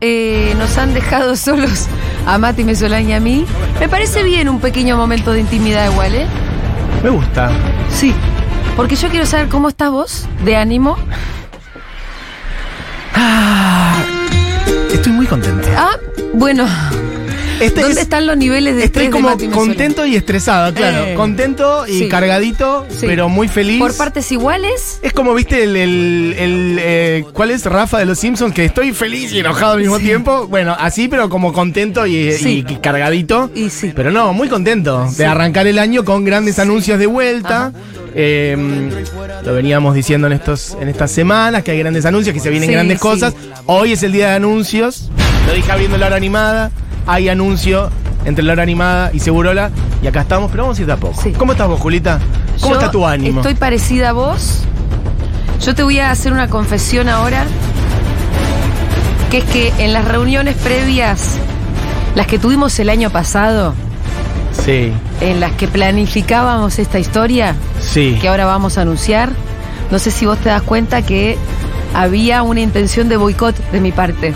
eh, nos han dejado solos a Mati Mesolán y a mí. Me parece bien un pequeño momento de intimidad igual, ¿eh? Me gusta. Sí. Porque yo quiero saber cómo estás vos, de ánimo. Ah, estoy muy contento. Ah, bueno. Este ¿Dónde es- están los niveles de Estoy estrés de como Mati Mesolán? contento y estresado, claro. Eh. Contento y Sí. cargadito, Sí. pero muy feliz. ¿Por partes iguales? Es como, viste, el. el- el, eh, ¿Cuál es Rafa de los Simpsons? Que estoy feliz y enojado al mismo tiempo. Bueno, así, pero como contento y, Sí. y cargadito. Y sí. Pero no, muy contento de arrancar el año con grandes anuncios de vuelta. Ajá. Eh, lo veníamos diciendo en estos en estas semanas que hay grandes anuncios, que se vienen Sí, grandes sí. cosas. Hoy es el día de anuncios. Lo dije abriendo la hora animada. Hay anuncio entre la hora animada y Segurola. Y acá estamos, pero vamos a ir de a poco. Sí. ¿Cómo estás vos, Julita? ¿Cómo Yo está tu ánimo? Estoy parecida a vos. Yo te voy a hacer una confesión ahora, que es que en las reuniones previas, las que tuvimos el año pasado, Sí, en las que planificábamos esta historia, sí. que ahora vamos a anunciar, no sé si vos te das cuenta que había una intención de boicot de mi parte.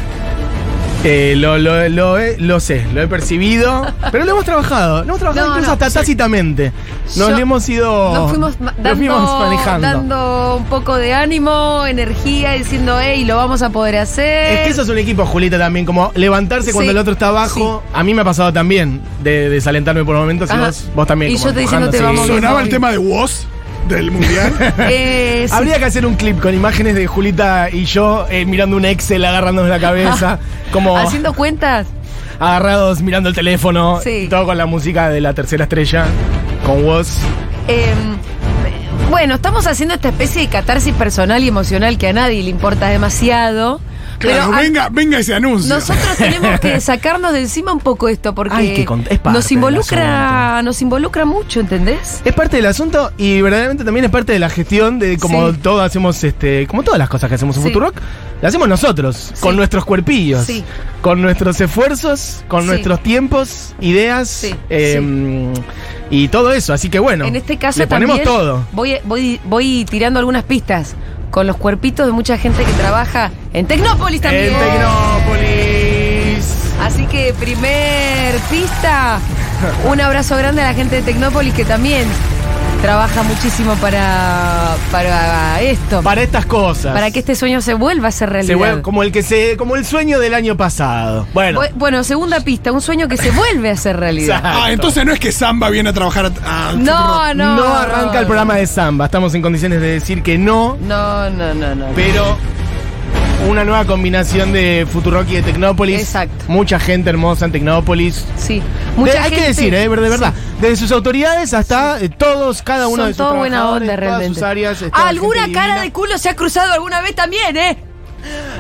Eh, lo, lo, lo, he- lo sé, lo he percibido. Pero lo hemos trabajado. Lo hemos trabajado No, incluso no, hasta tácitamente. Nos Yo- lo hemos ido. Nos fuimos ma- lo dando, fuimos Oh, manejando. dando un poco de ánimo, energía, diciendo, hey, lo vamos a poder hacer. Es que eso es un equipo, Julita, también, como levantarse cuando Sí, el otro está abajo. A mí me ha pasado también de desalentarme por momentos y Ajá. vos, vos también. Y como yo te diciendo, empujando, te vamos bien. Sonaba el tema de Woz del mundial. Eh, sí. Habría que hacer un clip con imágenes de Julita y yo eh, mirando un Excel, agarrándonos la cabeza, como Haciendo cuentas. agarrados, mirando el teléfono, Sí. todo con la música de la tercera estrella, con vos. eh, bueno, estamos haciendo esta especie de catarsis personal y emocional que a nadie le importa demasiado. Claro, pero a- venga, venga ese anuncio. Ah, nosotros tenemos que sacarnos de encima un poco esto porque Ay, qué cont- es parte nos del involucra, nos involucra mucho, ¿entendés? Es parte del asunto y verdaderamente también es parte de la gestión de como Sí. todo hacemos este, como todas las cosas que hacemos en Sí. Futurock, la hacemos nosotros, con nuestros cuerpillos, Sí. con nuestros esfuerzos, con Sí. nuestros tiempos, ideas Sí, em, y todo eso. Así que bueno, en este caso le ponemos también todo. Voy, voy, voy tirando algunas pistas con los cuerpitos de mucha gente que trabaja en Tecnópolis también. En Tecnópolis. Así que primer pista, un abrazo grande a la gente de Tecnópolis que también trabaja muchísimo para, para esto, para, Para estas cosas. que este sueño se vuelva a ser Se realidad. vuel- como el que se como el sueño del año pasado. Bueno, Bu- bueno, segunda pista, un sueño que se vuelve a ser realidad. exacto. Ah, entonces no es que Samba viene a trabajar a. a- No, no. no, arranca el programa de samba. Estamos en condiciones de decir que no. No, no, no, no. no. pero una nueva combinación de Futurock y de Tecnópolis. Exacto. Mucha gente hermosa en Tecnópolis. Sí, mucha De- hay gente- que decir, eh, de verdad. Desde sus autoridades hasta eh, todos, cada uno Son de sus todo buena trabajadores, onda todas realmente. Ah, sus áreas. este, Alguna gente cara divina. de culo se ha cruzado alguna vez también, ¿eh?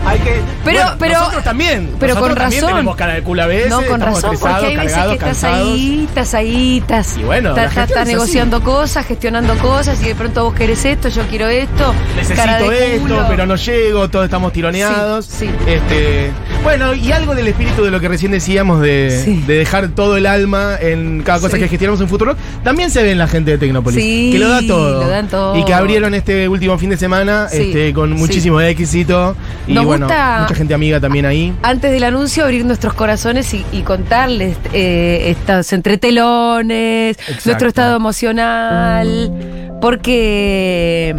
Hay que, Pero- bueno, pero- nosotros también. pero nosotros con también razón. tenemos cara de culo a veces. No, con estamos razón, porque estresados, hay veces que cargados, estás cansados. ahí, estás ahí, estás, Y bueno, la estás, estás- gestión estás es así. negociando cosas, gestionando cosas, y de pronto vos querés esto, yo quiero esto, cara Necesito de esto, culo. pero no llego, todos estamos tironeados. Sí, sí. Este, bueno, y algo del espíritu de lo que recién decíamos de, Sí. de dejar todo el alma en cada cosa Sí. que gestionamos en Futurock, también se ve en la gente de Tecnópolis. Sí, que lo da todo. lo dan todo. Y que abrieron este último fin de semana Sí, este, con sí. muchísimo éxito. Y Nos bueno, gusta- mucha gente amiga también ahí. Antes del anuncio, abrir nuestros corazones y, y contarles eh, estos entretelones, Exacto. nuestro estado emocional, porque...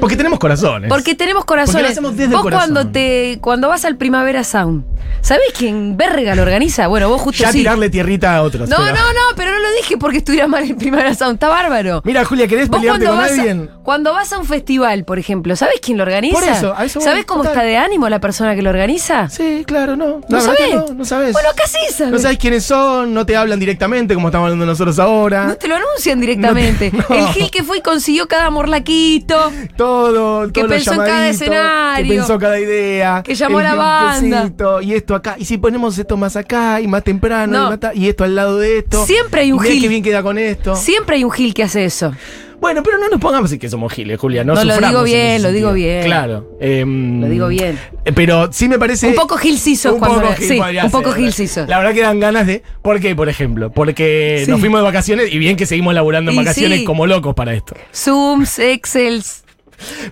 Porque tenemos corazones. Porque tenemos corazones. Porque lo hacemos desde el vos corazón. cuando te cuando vas al Primavera Sound, ¿sabés quién verga lo organiza? Bueno, vos justo ya sí. tirarle tierrita a otros. No, pero- no, no, pero no lo dije porque estuviera mal el Primavera Sound. Está bárbaro. Mira, Julia, ¿querés Vos pelearte cuando con vas, alguien? a, cuando vas a un festival, por ejemplo, ¿sabés quién lo organiza? Por eso, a eso voy, ¿Sabés cómo total. está de ánimo la persona que lo organiza? Sí, claro, no. ¿No La verdad que sabés? No, no sabes. Bueno, casi sabés. No sabes quiénes son, no te hablan directamente como estamos hablando nosotros ahora. No te lo anuncian directamente. No te- no. El Gil que fue y consiguió cada morlaquito. Todo, Que todos los pensó en cada llamaditos, escenario. Que pensó cada idea. Que llamó el a la banda. limpiecito, Y esto acá. Y si ponemos esto más acá y más temprano. No. Y, más ta- y esto al lado de esto. Siempre hay un y mirá Gil. qué bien queda con esto. Siempre hay un Gil que hace eso. Bueno, pero no nos pongamos así que somos giles, Julia. No, No, lo suframos digo en ese bien, lo sentido. digo bien. Claro. em, Lo digo bien. Pero sí me parece. Un poco Gil Sisos Un cuando. poco Gil sí, podría un poco ser. Gil Sisos. La verdad que dan ganas de. ¿Por qué, por ejemplo? Porque nos fuimos de vacaciones y bien que seguimos laburando en Y vacaciones sí. como locos para esto. Zooms, Excels,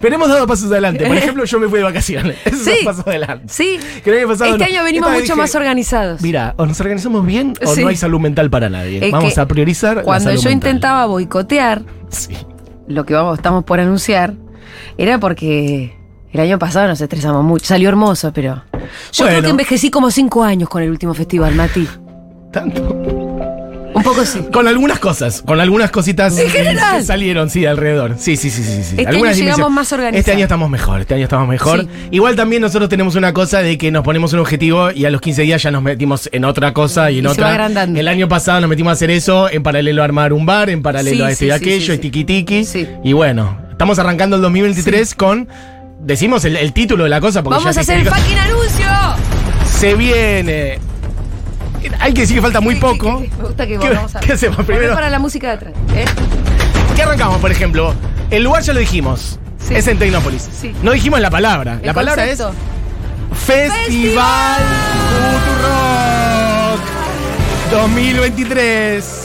Pero hemos dado pasos adelante. Por ejemplo, yo me fui de vacaciones. Esos son pasos adelante. Eh. Sí. Que el año pasado este no. año venimos Esta vez mucho dije, más organizados. Mira, o nos organizamos bien o Sí. no hay salud mental para nadie. Es Vamos que a priorizar. la Cuando salud yo mental. intentaba boicotear Sí. lo que vamos, estamos por anunciar, era porque el año pasado nos estresamos mucho. Salió hermoso, pero. Yo creo Bueno. que envejecí como cinco años con el último festival, Mati. Tanto. Un poco sí. Con algunas cosas, con algunas cositas En general. que salieron, sí, alrededor. Sí, sí, sí, sí. sí. Este año llegamos Algunas dimensiones. más organizados. Este año estamos mejor, este año estamos mejor. Sí. Igual también nosotros tenemos una cosa de que nos ponemos un objetivo y a los 15 días ya nos metimos en otra cosa y en Y se otra. va agrandando. El año pasado nos metimos a hacer eso, en paralelo a armar un bar, en paralelo Sí, a sí, esto y sí, aquello, sí, y sí. tiki tiki. Sí. Y bueno, estamos arrancando el 2023 con. Decimos el, el título de la cosa porque ¡Vamos ya a hacer el tiki-tiki- fucking anuncio! Se viene. Hay que decir que falta muy Sí, poco. sí, sí, sí. Me gusta que ¿Qué- volvamos a. qué hacemos Volver primero? para la música de atrás. ¿eh? ¿Qué arrancamos, por ejemplo? El lugar ya lo dijimos. Sí. Es en Tecnópolis. Sí. No dijimos la palabra. la El palabra concepto. es Festival Futurock 2023.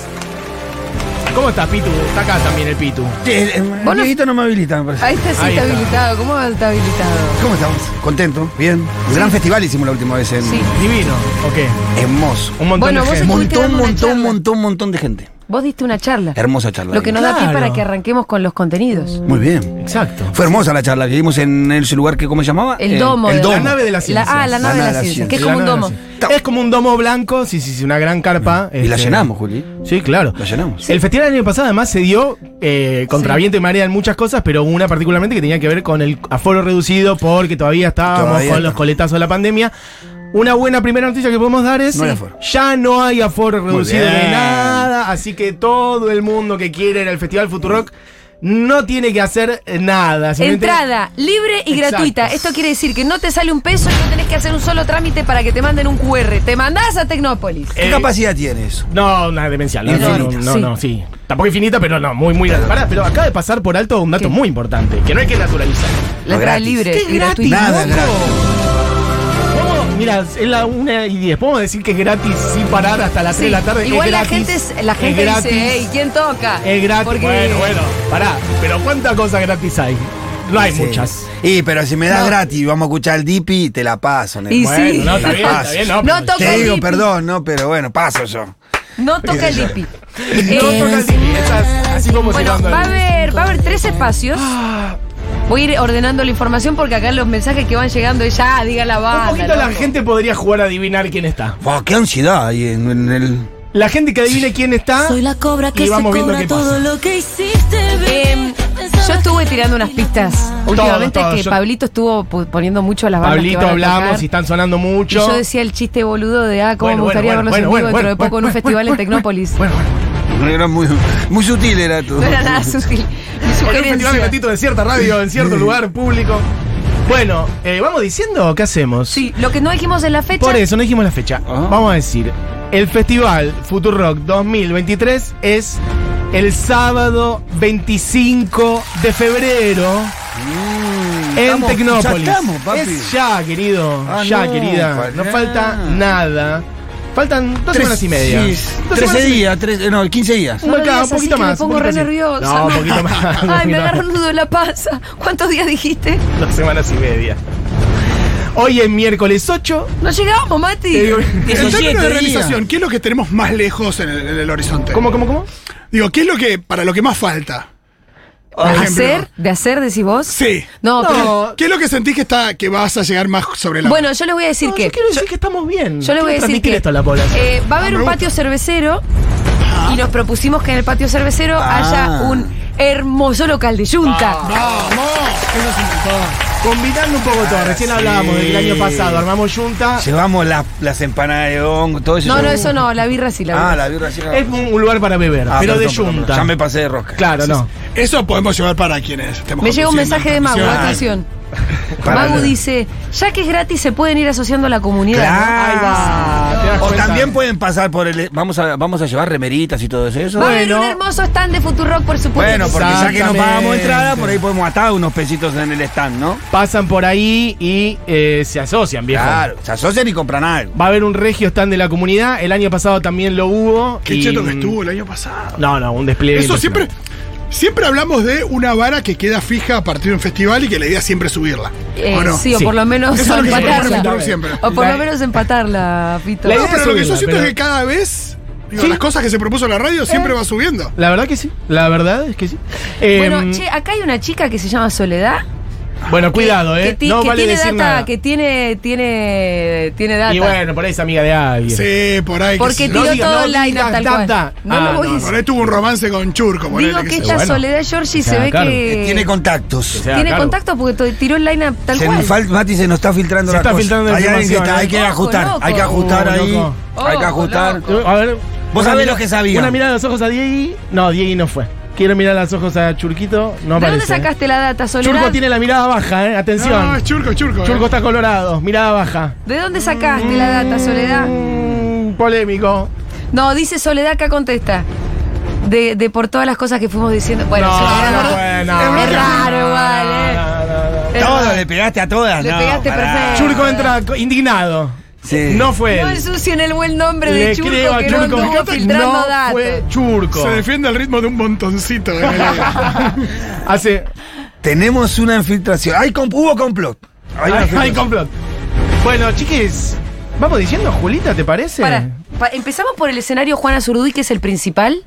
¿Cómo estás, Pitu? Está acá también el Pitu. Eh, Vos no- no me habilita, me parece. Ahí está este sí Ahí está está. habilitado. ¿Cómo está habilitado? ¿Cómo estamos? Contento, bien. Un gran festival hicimos la última vez en Sí. Divino. Ok. Hermoso. Un montón Bueno, de vos gente. estuviste Montón, dando una montón, charla. montón, montón de gente. Vos diste una charla. Hermosa charla. Lo que nos da pie Claro. para que arranquemos con los contenidos. Muy bien. Exacto. Fue hermosa la charla que dimos en ese lugar que, ¿cómo se llamaba? El Eh, domo. El de- domo. La nave de la ciencia. ah, la nave de la ciencia. Que es La como un nave domo. así. Es como un domo blanco, sí, sí, sí, una gran carpa. Y la este, llenamos, Juli. Sí, claro. La llenamos. El festival del año pasado además se dio eh, contra viento y marea en muchas cosas, pero una particularmente que tenía que ver con el aforo reducido porque todavía estábamos Todavía con está. los coletazos de la pandemia. Una buena primera noticia que podemos dar es No hay aforo. ya no hay aforo reducido de bien. nada, así que todo el mundo que quiere ir al Festival Futurock no tiene que hacer nada. simplemente- Entrada libre y Exacto. gratuita. Esto quiere decir que no te sale un peso y no tenés que hacer un solo trámite para que te manden un QR. Te mandás a Tecnópolis. ¿Qué Eh, capacidad tienes? No, una demencial. No, no, no, Infinita. no, Sí. no, sí. Tampoco infinita, pero no, muy, muy grande. Pará, pero acaba de pasar por alto un dato ¿Qué? muy importante, que no hay que naturalizar. La No, entrada gratis. libre ¡Qué y gratis! gratuita. Nada, loco! gratis. ¿Cómo? Mira, es la 1 y 10. ¿Podemos decir que es gratis sin parar hasta las 3 Sí. de la tarde? Es Igual la gratis, gente, es- la es gente gratis, dice, "Ey, ¿quién toca? Es gratis. Porque- Bueno, bueno, pará. Pero ¿cuántas cosas gratis hay? No hay Sí. muchas. Y pero si me das No. gratis y vamos a escuchar el Dipi, te la paso. nene. Y Bueno, Bueno, sí. no, está bien, está Paso. bien. No No, pero- toca Te el digo Dipi. perdón, ¿no? Pero bueno, paso yo. No toca el Sí, Eh, sí, DIPI. No toca el Dipi, estás así como bueno, silbando va a el- haber, va a haber tres espacios. Ah. Voy a ir ordenando la información porque acá los mensajes que van llegando es ya, diga la Un banda. poquito la loco". gente podría jugar a adivinar quién está. Fua, qué ansiedad ahí en, en el. La gente que adivine quién está. Soy la cobra que y se vamos viendo cobra qué todo pasa. lo que hiciste, Eh, baby. yo estuve tirando unas pistas últimamente todo, que yo- Pablito estuvo pu- poniendo mucho a las bandas. que Pablito van a hablamos tocar. y están sonando Y mucho. yo decía el chiste boludo de ah, cómo Bueno, me gustaría bueno, verlos bueno, en bueno, vivo bueno, dentro de poco en bueno, un festival en Tecnópolis. Bueno, bueno, bueno. Era muy, muy sutil, era todo. No era nada sutil. Mi Con un festival de sugerencia. gatito de cierta radio, en cierto lugar público. Bueno, eh, ¿vamos diciendo o qué hacemos? Sí, lo que no dijimos en la fecha. Por eso no dijimos la fecha. Ah. Vamos a decir, el festival Futurock 2023 es el sábado 25 de febrero en Mm, estamos- Tecnópolis. ya estamos, papi. Es ya, querido. Ah, ya, no, querida. pará. No falta nada. Faltan dos semanas y media. Sí, Dos 13 semanas y días, tres- no, 15 días. No lo Acá, digas un poquito así que más, Me un pongo re poquito así. nerviosa. No, un poquito más, Ay, un me poquito agarró más. un nudo en la panza. ¿Cuántos días dijiste? Dos semanas y media. Hoy es miércoles 8. No llegamos, Mati. Te digo- En términos de 17 días. realización, ¿qué es lo que tenemos más lejos en el, en el horizonte? ¿Cómo, cómo, cómo? Digo, ¿qué es lo que para lo que más falta? Por ¿De ejemplo. hacer? ¿De hacer, decís vos? Sí. No, pero. No, ¿Qué es lo que sentís que está que vas a llegar más sobre la Bueno, yo les voy a decir no, que. Yo quiero decir que estamos bien. Yo les voy a Quiero decir transmitir que esto a la población. eh, va a haber Ah, me un gusta. patio cervecero y nos propusimos que en el patio cervecero Ah. haya un hermoso local de yunta. Combinando un poco todo. Recién Ah, sí. hablábamos del año pasado. Armamos Junta. Llevamos las, las empanadas de hongo, todo eso. No, no, eso no, la birra sí la birra. Ah, la birra llena. Es un un lugar para beber, Ah, pero de perdón, perdón, Junta. perdón. Ya me pasé de rosca. Claro, Sí, no. Eso podemos llevar para quienes estemos Me llega un conduciendo, mensaje de Mago, transmisión. atención. Para Magu la- dice, ya que es gratis se pueden ir asociando a la comunidad. ¿no? Claro. ¿Te das O cuenta? también pueden pasar por el. Vamos a, vamos a llevar remeritas y todo eso. Va a haber un Bueno. hermoso stand de Futurock, por supuesto. Bueno, que porque ya que no pagamos Exactamente. entrada, por ahí podemos atar unos pesitos en el stand, ¿no? Pasan por ahí y eh, se asocian, viejo. Claro, se asocian y compran algo. Va a haber un regio stand de la comunidad. El año pasado también lo hubo. Qué y- cheto que estuvo el año pasado. No, no, un despliegue. Eso siempre. impresionante. Siempre hablamos de una vara que queda fija a partir de un festival y que la idea es siempre subirla. Eh, ¿O Ah, no? Sí, o Sí. por lo menos Eso es lo que siempre empatarla. hacemos siempre. O por La- lo menos empatarla, Pito. La No, idea pero es lo que yo subirla, siento pero- es que cada vez digo, Sí. las cosas que se propuso en la radio Eh. siempre va subiendo. La verdad que sí, la verdad es que sí. Eh, Bueno, che, acá hay una chica que se llama Soledad. bueno, cuidado, que ¿eh? ti- no que vale tiene decir data, nada. que tiene, tiene, tiene data. Y bueno, por ahí es amiga de alguien. Sí, por ahí. qué Porque sé yo. tiró No digas- todo el no line digas tal cual. data. No Ah, lo voy a no, decir. Por ahí tuvo un romance con Churco. ponele, Digo qué que sé yo. esta bueno. Soledad Giorgi O sea, se ve claro. que Eh, Tiene contactos. Que sea, tiene claro. contacto porque to- tiró el line tal Se cual. me fal- Mati se nos está filtrando Se la está cosa. filtrando hay, alguien que información, está- ¿eh? hay que Ojo, ajustar, hay que loco. ajustar ahí. Loco. hay que Ojo, ajustar. loco. Yo- A ver. Vos una sabés mira- lo que sabía. Una mirada a los ojos a Diegui. No, Diegui no fue. Quiero mirar a los ojos a Churquito. No ¿De aparece. ¿eh? dónde sacaste la data, Soledad? Churco tiene la mirada baja, ¿eh? Atención. No, es Churco, es Churco. Churco eh. está colorado. Mirada baja. ¿De dónde sacaste la data, Soledad? Mm, polémico. No, dice Soledad acá contesta. De, de por todas las cosas que fuimos diciendo. Bueno, no, Soledad, no, es fue, verdad. no, es no, raro no, igual, no, eh. no, no, no. Es Todo, raro. le pegaste a todas. Le no, pegaste pará. perfecto. Churco entra co- indignado. Sí. No fue No él. ensucien el buen nombre de Le Churco creo a que no Churco. anduvo filtrando No data. fue Churco. Ah. Se defiende al ritmo de un montoncito. eh. Hace. Tenemos una infiltración. Hay comp- hubo complot. Hay una Hay, hay infiltración. complot. Bueno, chiques, vamos diciendo, Julita, ¿te parece? Pará, pa- empezamos por el escenario Juana Zurduy, que es el principal.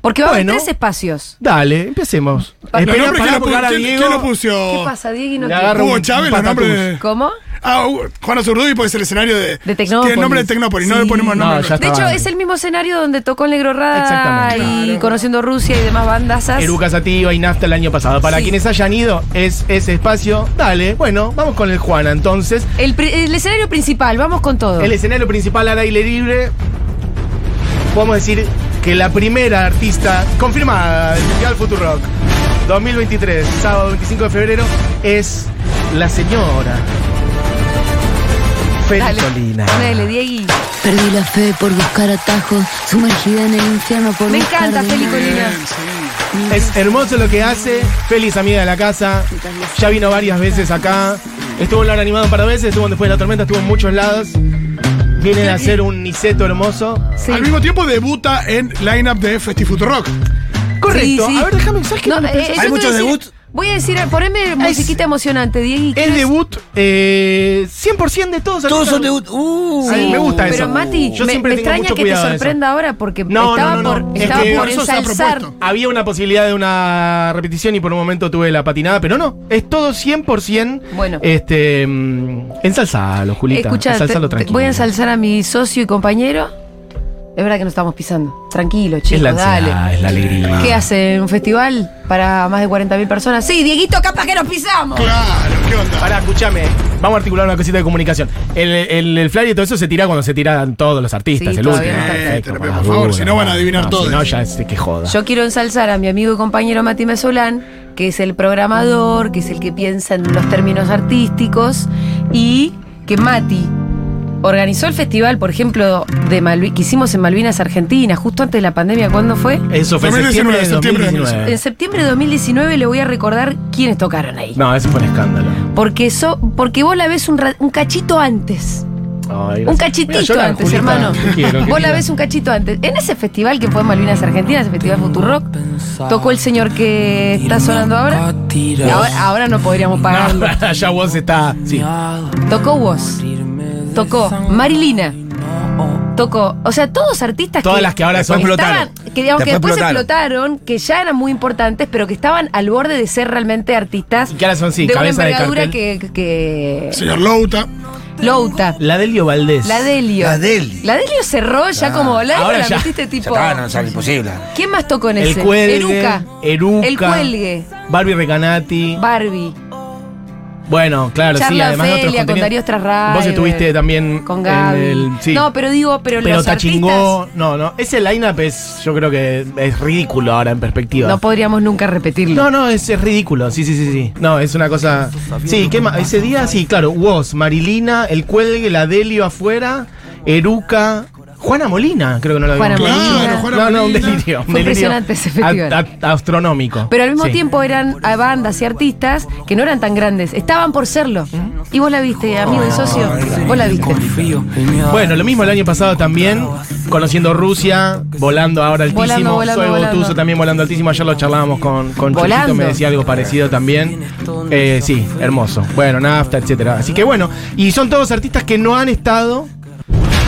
Porque va a haber Bueno. tres espacios. Dale, empecemos. Pa- Los Espera, nombres que pará, lo porque puso- ahora ¿quién- Diego- ¿Quién lo puso? ¿Qué pasa, Diego? No Le te- agarro Hugo un- Chávez, un los nombres patatús. de- ¿Cómo? Ah, Hugo- Juana Zurduy, pues es el escenario de. De Tecnópolis. Tiene nombre de Tecnópolis, no Sí. le ponemos No, nombre. ya De estaba hecho, antes. es el mismo escenario donde tocó el Negro Rada Exactamente. y Conociendo Rusia y demás bandazas. Eruca Sativa y Nafta el año pasado. Para Sí. quienes hayan ido, es ese espacio. Dale, bueno, vamos con el Juana entonces. El, pri- el escenario principal, vamos con todo. El escenario principal al aire libre. Podemos decir que la primera artista confirmada del Mundial Futurock 2023, sábado 25 de febrero, es la señora Dale, Felicolina. Dale, Diegui. Perdí la fe por buscar atajos, sumergida en el infierno por Me buscar encanta, de Feli nuevo. Colina. Es hermoso lo que hace. Feliz amiga de la casa. Ya vino varias veces acá. Estuvo en la hora animada un par de veces. Estuvo en después de la tormenta. Estuvo en muchos lados. Viene a hacer un niceto hermoso. Sí. Al mismo tiempo debuta en lineup de Festifuto Rock. Correcto. Sí, sí. A ver, déjame. ¿Sabes qué? No, No me eh, pensé? yo ¿Hay te muchos voy a decir- debuts? Voy a decir, poneme musiquita emocionante, Diegui. el debut eh, 100% de todos. Todos son artistas- de. Uh, Ay, me gusta Pero eso. Mati, Yo me, me siempre tengo extraña mucho que te cuidado de eso. sorprenda ahora porque No, estaba no, no, no. por, Es estaba que por eso se ha ensalzar. propuesto. Había una posibilidad de una repetición y por un momento tuve la patinada, pero no, es todo 100% Bueno. este, mm, ensalzalo, Julita. Escucha, te- ensalzalo te- tranquilo. voy a ensalzar a mi socio y compañero. Es verdad que nos estamos pisando. Tranquilo, chicos, Es la ansiedad, dale. es la alegría. ¿Qué hace? ¿Un festival para más de 40.000 personas? Sí, Dieguito, capaz que nos pisamos. Claro, ¿qué onda? Pará, escúchame. Vamos a articular una cosita de comunicación. El, el, el flyer y todo eso se tira cuando se tiran todos los artistas. Sí, el último. todavía no está Perfecto, Eh, pero, las por favor, dudas, si no van a adivinar todos. Si no, ya sé que joda. Yo quiero ensalzar a mi amigo y compañero Mati Mesolán, que es el programador, que es el que piensa en los términos artísticos y que Mati organizó el festival, por ejemplo, de Malvi- que hicimos en Malvinas, Argentina, justo antes de la pandemia. ¿Cuándo fue? Eso fue en 2019, septiembre de septiembre de 2019. En septiembre de 2019 le voy a recordar quiénes tocaron ahí. No, eso fue un escándalo. Porque, so, porque vos la ves un, ra- un cachito antes. Ay, Un gracias. cachitito Mira, llora, antes, Julita. hermano. Te quiero, Vos la querida. ves un cachito antes. En ese festival que fue en Malvinas Argentina, ese festival Futurock, tocó el señor que está sonando ahora. Y ahora, ahora no podríamos pagarlo. No, ya vos está. Sí. Tocó vos. Tocó Marilina. Tocó. O sea, todos artistas Todas que. las que ahora son estaban- explotaron. Que, digamos, que Después después explotaron. explotaron. que ya eran muy importantes, pero que estaban al borde de ser realmente artistas. Y que ahora son, sí, de una cabeza de envergadura cartel. que. que Señor Louta. Louta. La Delio Valdés. La Delio. La Delio. La Delio cerró ya como volando, Ahora la ya. metiste Ya tipo. está, no, es imposible. ¿Quién más tocó en El ese? cuelgue. Eruca. Eruca. El cuelgue. Barbie Recanati. Barbie. Bueno, claro, sí, Charla además de otros Ofelia con contenidos. Darío Strasraiver. Vos estuviste también eh, Con en Gaby. el- sí. No, pero digo, pero, Pero los artistas. Tachingó, no, no, ese lineup es, yo creo que es ridículo ahora en perspectiva. No No, podríamos nunca repetirlo. no, es, es ridículo, sí, sí, sí, sí. No, es una cosa... Sí, ¿qué más? Ese día, sí, claro, Woz, Marilina, El Cuelgue, La Delio afuera, Eruca, Juana Molina, creo que no la Juana habíamos Molina. dicho. Claro, Juana no, no, un Molina. delirio. un Fue delirio impresionante ese festival. a- a- astronómico. Pero al mismo Sí. tiempo eran eh, bandas y artistas que no eran tan grandes, estaban por serlo. Y vos la viste, amigo y Ah, socio. Vos la viste. Bueno, lo mismo el año pasado también, conociendo Rusia, volando ahora altísimo. Volando, volando, Soy volando. Botuso también volando altísimo. Ayer lo charlábamos con, con Chuchito, Volando. me decía algo parecido también. Eh, sí, hermoso. Bueno, nafta, etcétera. Así que bueno, y son todos artistas que no han estado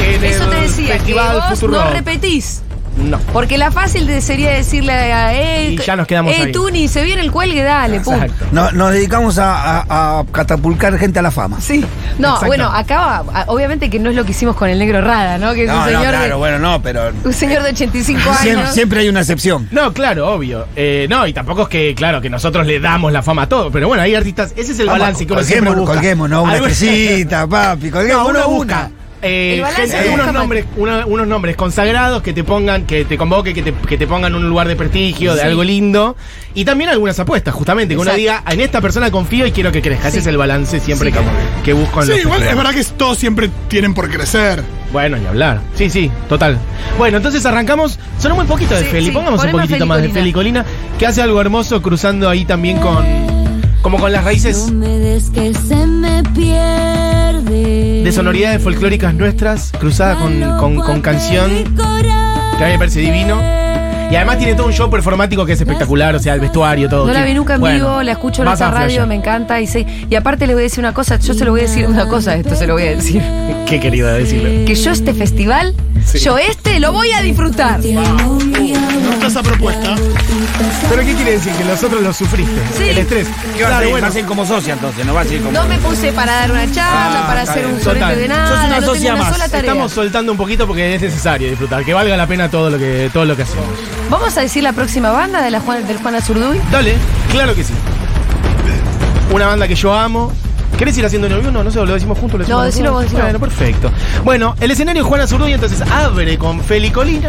en Eso el te decía, que Festival vos Futurock. no repetís. No. Porque la fácil de- sería decirle a eh, Y ya nos quedamos eh, ahí. Tuni, se viene el cuelgue, dale, pum. Exacto. No- nos dedicamos a, a- a catapulcar gente a la fama. Sí. No, Exacto. bueno, acaba, a- obviamente que no es lo que hicimos con el negro Rada, ¿no? Que es un No, no, señor claro, de, bueno, no, pero. un señor de 85 años. Siempre, siempre hay una excepción. No, claro, obvio. Eh, no, y tampoco es que, claro, que nosotros le damos la fama a todos. Pero bueno, hay artistas. Ese es el Vamos, balance que uno siempre colguémonos, busca. colguémonos, una Algo- estrellita, papi, No, Ah, colguémonos uno una. busca. eh, El balance gente- busca unos, Mati. nombres, una- unos nombres consagrados que te pongan, que te convoque, que te, que te pongan en un lugar de prestigio, de Sí. algo lindo. Y también algunas apuestas, justamente, que uno Exacto. diga, en esta persona confío y quiero que crezca. Sí. Ese es el balance siempre Sí. que, que busco en Sí, los igual es festivales. verdad que todos siempre tienen por crecer. Bueno, ni hablar. Sí, sí, total. Bueno, entonces arrancamos. Sonó muy poquito de Sí, Feli. sí, Pongamos un poneme a poquitito Feli más de Colina. Feli Colina, que hace algo hermoso cruzando ahí también con. como con las raíces No me des que se me pierde. de sonoridades folclóricas nuestras, cruzada con, con, con canción. que a mí me parece divino. Y además tiene todo un show performático que es espectacular, o sea, el vestuario, todo. No la vi nunca en Bueno, vivo, la escucho en vas esa a radio, flashear. me encanta. Y, sé- y aparte les voy a decir una cosa, yo se lo voy a decir una cosa, esto se lo voy a decir. Qué querido decirlo. Que yo este festival, yo este lo voy a disfrutar. No está esa propuesta. ¿Pero qué quiere decir? Que nosotros lo sufriste. Sí. El estrés. ¿Qué vas a Claro, ir? bueno. Vas a ir como socia entonces, no vas a ir como. No me puse para dar una charla, Ah, para está hacer bien, un solete total. de nada. Sos una no socia tengo una más. sola tarea. Estamos soltando un poquito porque es necesario disfrutar, que valga la pena todo lo que, todo lo que hacemos. Vamos a decir la próxima banda de la Juan, del Juana Azurduy. Dale, claro que sí. Una banda que yo amo. ¿Querés ir haciendo novio? No, no sé, lo decimos juntos. Lo decimos No, decilo vos, juntos. decilo Bueno, vos. perfecto. Bueno, el escenario es Juana Zurduy, entonces abre con Feli Colina.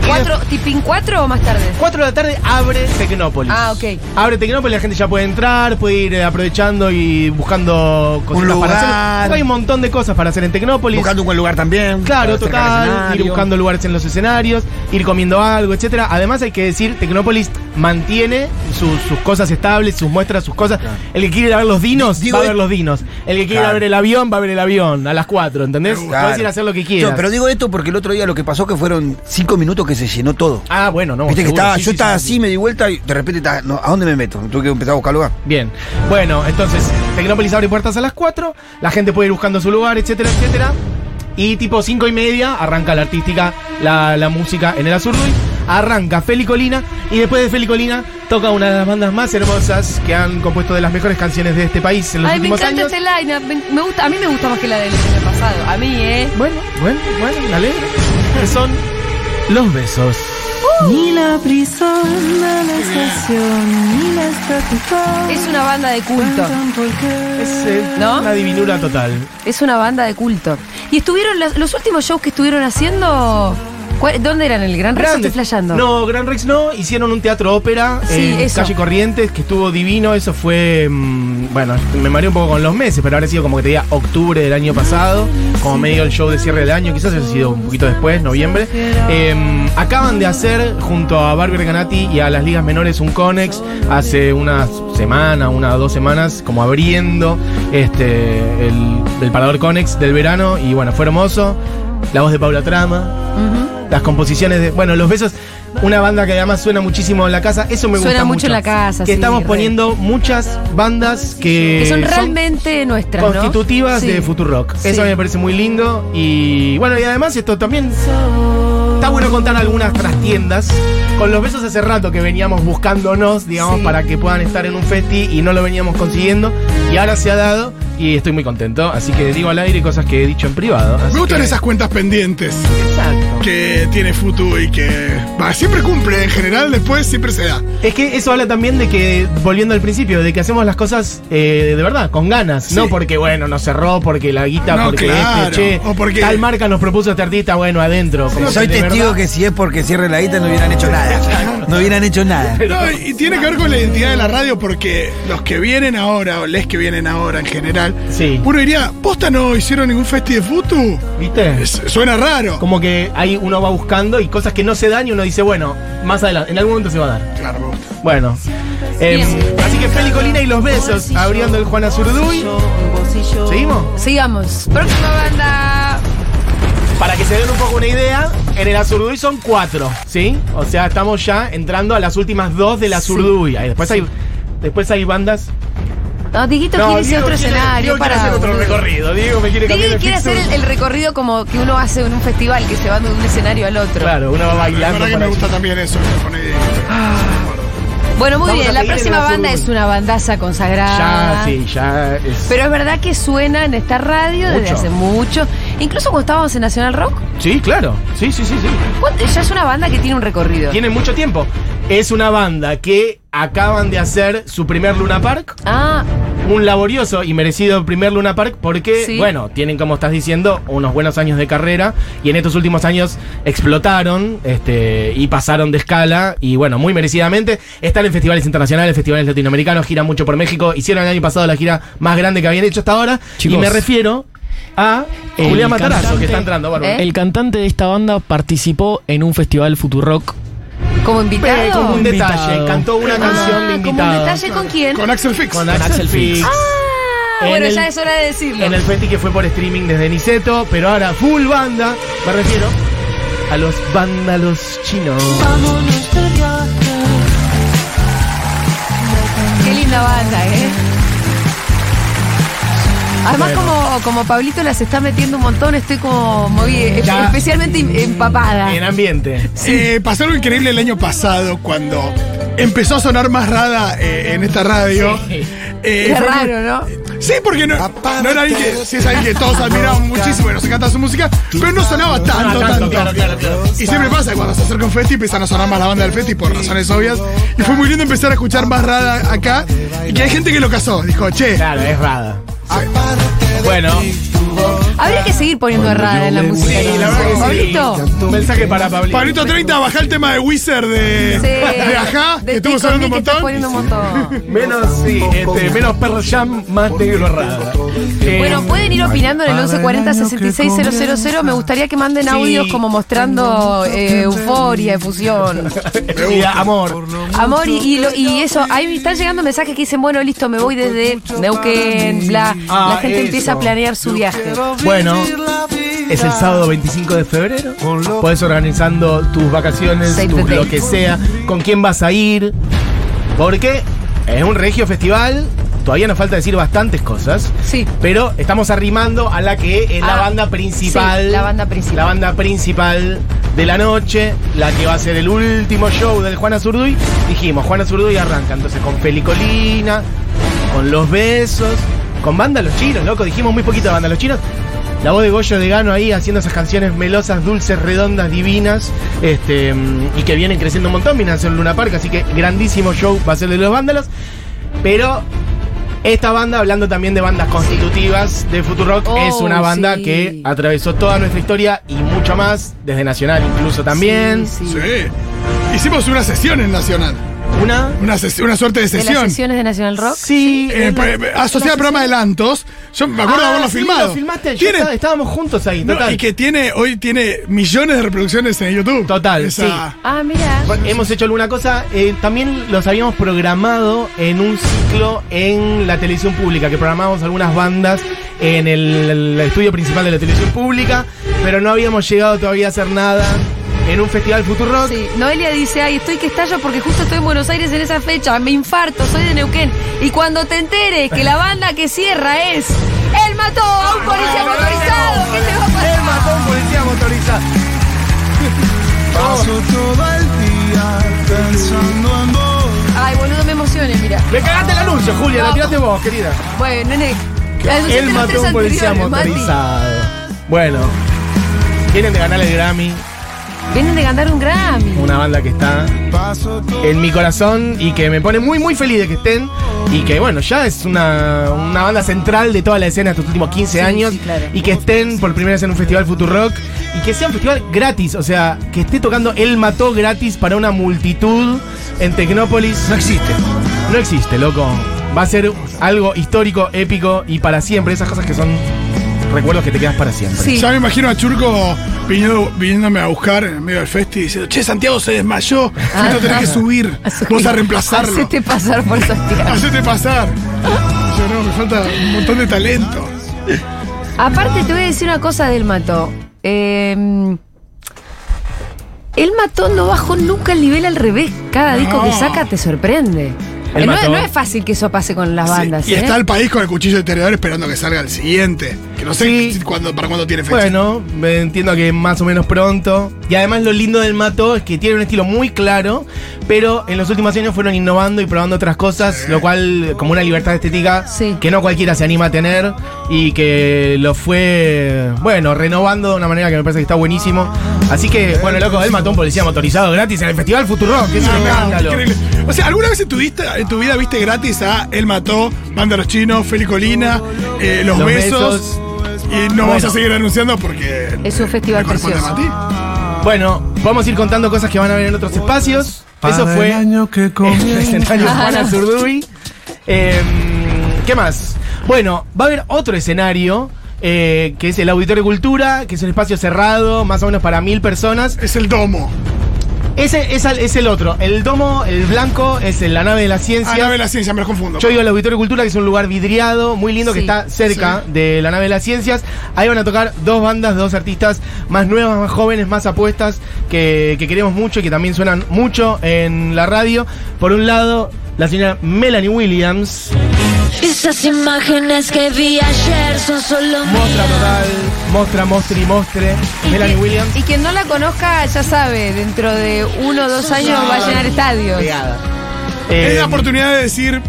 Y Cuatro, ¿Tipín 4 o más tarde? 4 de la tarde abre Tecnópolis. Ah, ok. Abre Tecnópolis, la gente ya puede entrar, puede ir eh, aprovechando y buscando cosas lugar. para hacer. Hay un montón de cosas para hacer en Tecnópolis. Buscando un buen lugar también. Claro, para cerca del total, ir escenario. buscando lugares en los escenarios, ir comiendo algo, etcétera. Además hay que decir, Tecnópolis mantiene su- sus cosas estables, sus muestras, sus cosas. El que quiere ir a ver los dinos, Digo, va a ver eh, los dinos. El que quiere ir a Claro. ver el avión, va a ver el avión, a las 4, ¿entendés? Claro. Puedes ir a hacer lo que quieras. No, pero digo esto porque el otro día lo que pasó que fueron cinco minutos que se llenó todo. Ah, bueno, no. Viste que seguro, estaba, sí, yo sí, estaba sí. así, me di vuelta y de repente estaba, no, ¿a dónde me meto? Tuve que empezar a buscar lugar. Bien. Bueno, entonces, Tecnópolis abre puertas a las 4, la gente puede ir buscando su lugar, etcétera, etcétera. Y tipo 5 y media arranca la artística, la, la música en el Azurduy. Arranca Feli Colina y después de Feli Colina toca una de las bandas más hermosas que han compuesto de las mejores canciones de este país en los Ay, me últimos encanta años. este line. Me, me gusta, a mí me gusta más que la del año pasado. A mí, ¿eh? Bueno, bueno, bueno, me alegro. Son los besos. Ni la brisona, la estación, ni la estatua. Es una banda de culto. Cuentan por qué. Es eh, ¿No? una divinura total. Es una banda de culto. Y estuvieron las- los últimos shows que estuvieron haciendo. ¿cuál- ¿Dónde eran? ¿El Gran Rex? o Grande. Estoy flasheando. No, Gran Rex no. Hicieron un teatro ópera Sí, en eso. Calle Corrientes que estuvo divino. Eso fue. mm, bueno, me mareé un poco con los meses, pero habrá sido como que te diga octubre del año pasado, como medio el show de cierre del año. Quizás haya sido un poquito después, noviembre. Eh, acaban de hacer, junto a Barber Ganati y a las ligas menores, un Conex hace una semana, una o dos semanas, como abriendo este el, el parador Conex del verano. Y bueno, fue hermoso. La voz de Paula Trama Ujú. las composiciones de. Bueno, Los Besos, una banda que además suena muchísimo en la casa. Eso me gusta. Suena mucho en la casa, Que sí, estamos re. poniendo muchas bandas que. Que son realmente nuestras. ¿no? eh, Constitutivas Sí. de Futurock. Sí. Eso a mí me parece muy lindo. Y bueno, y además esto también. Está bueno contar algunas trastiendas. Con los besos hace rato que veníamos buscándonos, digamos, Sí. para que puedan estar en un festi y no lo veníamos consiguiendo. Y ahora se ha dado y estoy muy contento. Así que digo al aire cosas que he dicho en privado. así Me gustan que- esas cuentas pendientes Exacto. que tiene Futu y que va, siempre cumple, en general después siempre se da. Es que eso habla también de que, volviendo al principio, de que hacemos las cosas eh, de verdad, con ganas. No porque, bueno, nos cerró, porque la guita, No, porque claro. este, che, O porque- tal marca nos propuso este artista, bueno, adentro. como Soy que de testigo verdad- que si es porque cierre la guita no hubieran hecho nada. No hubieran hecho nada. No, y y tiene que ver con la identidad de la radio porque los que vienen ahora, o les que vienen ahora en general, festival. Sí. Uno diría, ¿posta no hicieron ningún festi de Futu? ¿Viste? Es- suena raro. Como que ahí uno va buscando y cosas que no se dan y uno dice, bueno, más adelante, en algún momento se va a dar. Claro, me gusta. Bueno. Eh, así que Feli Colina y los besos, abriendo el Juana Zurduy. ¿Seguimos? Sigamos. Próxima banda. Para que se den un poco una idea, en el Azurduy son cuatro, ¿sí? O sea, estamos ya entrando a las últimas dos del Azurduy. Ahí Después, hay, después hay bandas. No, Dieguito quiere irse a Diego otro quiere- escenario. Diego quiere para. hacer otro recorrido. Diego me quiere cambiar Diego el quiere hacer el, fixture. el recorrido como que uno hace en un festival, que se va de un escenario al otro. Claro, uno va La bailando. Ah, verdad que para me gusta allí. también eso. que pone ahí. Bueno, muy Vamos a bien. La seguir en próxima el banda azul. es una bandaza Ya, consagrada. sí, ya es. Pero es verdad que suena en esta radio desde Mucho. hace mucho. Incluso cuando estábamos en Nacional Rock. Sí, claro. Sí, sí, sí, sí. ¿cuánto- Ya es una banda que tiene un recorrido. Tienen mucho tiempo. Es una banda que acaban de hacer su primer Luna Park. Ah, Un laborioso y merecido primer Luna Park porque, Sí. bueno, tienen, como estás diciendo, unos buenos años de carrera y en estos últimos años explotaron este, y pasaron de escala y, bueno, muy merecidamente. Están en festivales internacionales, festivales latinoamericanos, giran mucho por México. Hicieron el año pasado la gira más grande que habían hecho hasta ahora. Chicos. y me refiero a eh, El Julián Matarazo, que cantante. está entrando, bárbaro. ¿Eh? El cantante de esta banda participó en un festival Futurock. como Pe- invitado. Como un Invitado. detalle, cantó una Ah, canción de como un invitado. detalle con quién. Con Axel Fix. Con Axel Axel Fix. Fix. Ah, En bueno, el- ya es hora de decirlo. En el festi que fue por streaming desde Niceto, pero ahora full banda, me refiero a los vándalos chinos. Qué linda banda, ¿eh? Además, como, como Pablito las está metiendo un montón, estoy como movi- Ya. especialmente im- empapada. En ambiente. Eh, pasó algo increíble el año pasado cuando empezó a sonar más rada eh, en esta radio. Eh, Qué fue como- raro, ¿no? Sí, porque no, no era alguien que, sí es alguien que todos admiraban muchísimo, que nos encanta su música, pero no sonaba tanto, Ah, tanto. claro, claro, claro. Y siempre pasa, cuando se acerca un festi empiezan a sonar más la banda del festi por razones obvias. Y fue muy lindo empezar a escuchar más rada acá. Y que hay gente que lo casó. Dijo, che, Claro, es rada. Bueno, Habría que seguir poniendo errada en la música. sí, ¿no? la verdad que sí. Pablito. un mensaje para Pablito. Pablito 30, bajá el tema de Wizard de, Sí. de Ajá, que De estuvo ti sonando un conmigo que estás montón. poniendo un montón. Menos, sí, este, menos Pearl Jam, más negro rada. Eh, Bueno, pueden ir opinando en el 1140-66000. Me gustaría que manden Sí. audios como mostrando eh, euforia, efusión. sí, amor. Amor, y, y lo- y eso, ahí me están llegando mensajes que dicen, bueno, listo, me voy desde Neuquén, bla. la Ah, gente eso. empieza a planear su viaje. Bueno, es el sábado 25 de febrero. Puedes organizando tus vacaciones, Save tus the lo date. que sea, con quién vas a ir. Porque es un regio festival. Todavía nos falta decir bastantes cosas. Sí. Pero estamos arrimando a la que es la Ah, banda principal. sí, la banda principal. La banda principal de la noche, la que va a ser el último show del Juana Zurduy. Dijimos, Juana Zurduy arranca entonces con Pelicolina, con Los Besos, con Banda Los Chinos, loco. Dijimos muy poquito de Banda Los Chinos. La voz de Goyo de Gano ahí haciendo esas canciones melosas, dulces, redondas, divinas, este, mm, y que vienen creciendo un montón, vienen a hacer Luna Park, así que grandísimo show va a ser de los vándalos. Pero esta banda, hablando también de bandas constitutivas de Futurock, Oh, es una banda sí. que atravesó toda nuestra historia y mucho más, desde Nacional incluso también. Sí, sí. Sí. Hicimos una sesión en Nacional. Una. Una, ses- una suerte de De las sesión. sesiones de National Rock. Sí. Eh, es la- pa- eh, asociada al programa de Lantos. Yo me acuerdo de Ah, haberlo sí, filmado. lo filmaste, yo Tiene- estaba- estábamos juntos ahí, no, total. y que tiene, hoy tiene millones de reproducciones en YouTube. Total, Esa- Ah, mira. Hemos hecho alguna cosa. eh, también los habíamos programado en un ciclo en la televisión pública, que programamos algunas bandas en el, el estudio principal de la televisión pública, pero no habíamos llegado todavía a hacer nada en un festival Futurock. Sí. Noelia dice, ay, estoy que estallo porque justo estoy en Buenos Aires en esa fecha, me infarto, soy de Neuquén. Y cuando te enteres que la banda que cierra es El Mató a un policía motorizado, ¿qué te va a pasar? Él mató a un policía motorizado. Ay, boludo, me emociones, mira. Me cagaste el anuncio, Julia, la No. tiraste vos, querida. Bueno, nene. anunciaste Él los mató tres a un policía anteriores, Mati. motorizado. Bueno, vienen de ganar el Grammy, Vienen de ganar un Grammy. una banda que está en mi corazón y que me pone muy, muy feliz de que estén. Y que bueno, ya es una, una banda central de toda la escena de estos últimos 15 años. sí, claro. Y que estén por primera vez en un festival Futurock. Y que sea un festival gratis, o sea, que esté tocando El Mató gratis para una multitud en Tecnópolis. No existe. No existe, loco. Va a ser algo histórico, épico y para siempre. Esas cosas que son recuerdos que te quedas para siempre. Sí. Ya me imagino a Churco viniendo, viniéndome a buscar en medio del festi diciendo, che, Santiago se desmayó, Fito tenés que subir, vos a reemplazarlo. Hacete pasar por Santiago. Hacete pasar. Yo no, me falta un montón de talento. Aparte, te voy a decir una cosa del mató. Eh, el mató no bajó nunca el nivel al revés. Cada disco que No. saca te sorprende. El Eh, no, Mató- no es fácil que eso pase con las Sí, bandas. Y ¿eh? está el país con el cuchillo deteriorado esperando que salga el siguiente. Que no sé Sí. si- cuándo- para cuándo tiene fecha. Bueno, me entiendo que más o menos pronto. Y además lo lindo del Mato es que tiene un estilo muy claro, pero en los últimos años fueron innovando y probando otras cosas, lo cual como una libertad estética Sí. que no cualquiera se anima a tener y que lo fue, bueno, renovando de una manera que me parece que está buenísimo. Así que, bueno, loco, él mató a un policía motorizado gratis en el Festival Futurock, que es un No, escándalo. Ah, increíble. O sea, ¿alguna vez en tu, vista- en tu vida viste gratis a Él Mató, Banda Los Chinos, Feli Colina, eh, Los, Los Besos? Y no vamos Bueno. a seguir anunciando porque. Es un festival me corresponde precioso. a Mati. Bueno, vamos a ir contando cosas que van a ver en otros espacios. Eso Para fue el año que el comienza. escenario Juana Zurduy. Em, ¿Qué más? Bueno, va a haber otro escenario. eh, que es el Auditorio Cultura, que es un espacio cerrado, más o menos para mil personas. Es el domo. Ah, Ese es, al- es el otro. El domo, el blanco, es en la nave de la Ah, ciencia. no, de la ciencia, me lo confundo. Yo iba al Auditorio Cultura, que es un lugar vidriado, muy lindo, que Sí, está cerca de la nave de las ciencias. Ahí van a tocar dos bandas, dos artistas más nuevas, más jóvenes, más apuestas, que, que queremos mucho y que también suenan mucho en la radio. Por un lado, la señora Melanie Williams, Esas imágenes que vi ayer son solo Mostra Total, Mostra, Mostri, Mostre, Melanie Williams. Y quien no la conozca, ya sabe, dentro de uno o dos años va a llenar estadios. Eh, es la oportunidad de decir.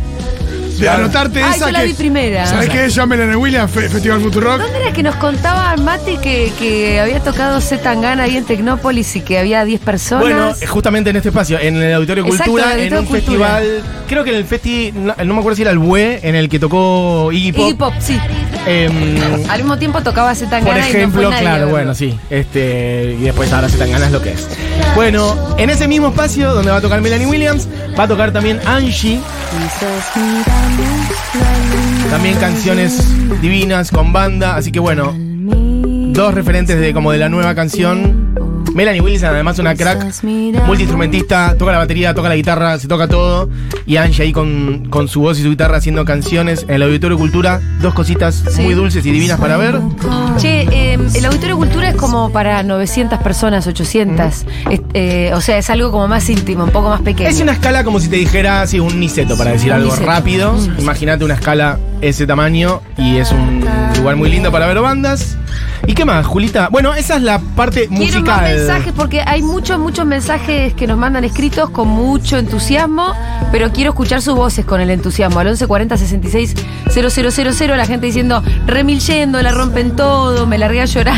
De anotarte Ay, esa. yo la que- vi primera. ¿Sabes qué? Llámela en el William, Fe- Festival Futurock. ¿Dónde era que nos contaba Mati que, que había tocado Z Tangana ahí en Tecnópolis y que había 10 personas? Bueno, eh, justamente en este espacio, en el Auditorio Exacto, Cultura, el en Auditorio un Cultura. festival, creo que en el festi, no, no me acuerdo si era el BUE, en el que tocó Iggy Pop. Iggy Pop, sí. Em, Al mismo tiempo tocaba Z por Tangana y ejemplo, no fue nadie a claro, verlo. bueno, sí. Este, y después ahora se tan ganas lo que es. Bueno, en ese mismo espacio donde va a tocar Melanie Williams, va a tocar también Angie, Quizás miramos la luna. también canciones divinas con banda, así que bueno, dos referentes de como de la nueva canción. Melanie Williams, además una crack, multiinstrumentista, toca la batería, toca la guitarra, se toca todo. Y Angie ahí con, con su voz y su guitarra haciendo canciones en el Auditorio Cultura, dos cositas Sí. muy dulces y divinas para ver. Che, eh, el Auditorio Cultura es como para 900 personas, 800. Es- eh, o sea, es algo como más íntimo, un poco más pequeño. Es una escala como si te dijera así un niceto, para decir algo Niceto. Mm. rápido. Imagínate una escala ese tamaño y es un lugar muy lindo para ver bandas. ¿Y qué más, Julita? Bueno, esa es la parte Quiero musical. más mensajes porque hay muchos, muchos mensajes que nos mandan escritos con mucho entusiasmo, pero quiero escuchar sus voces con el entusiasmo. Al 1140 66 000, la gente diciendo, remil yendo, la rompen todo, me largué a llorar.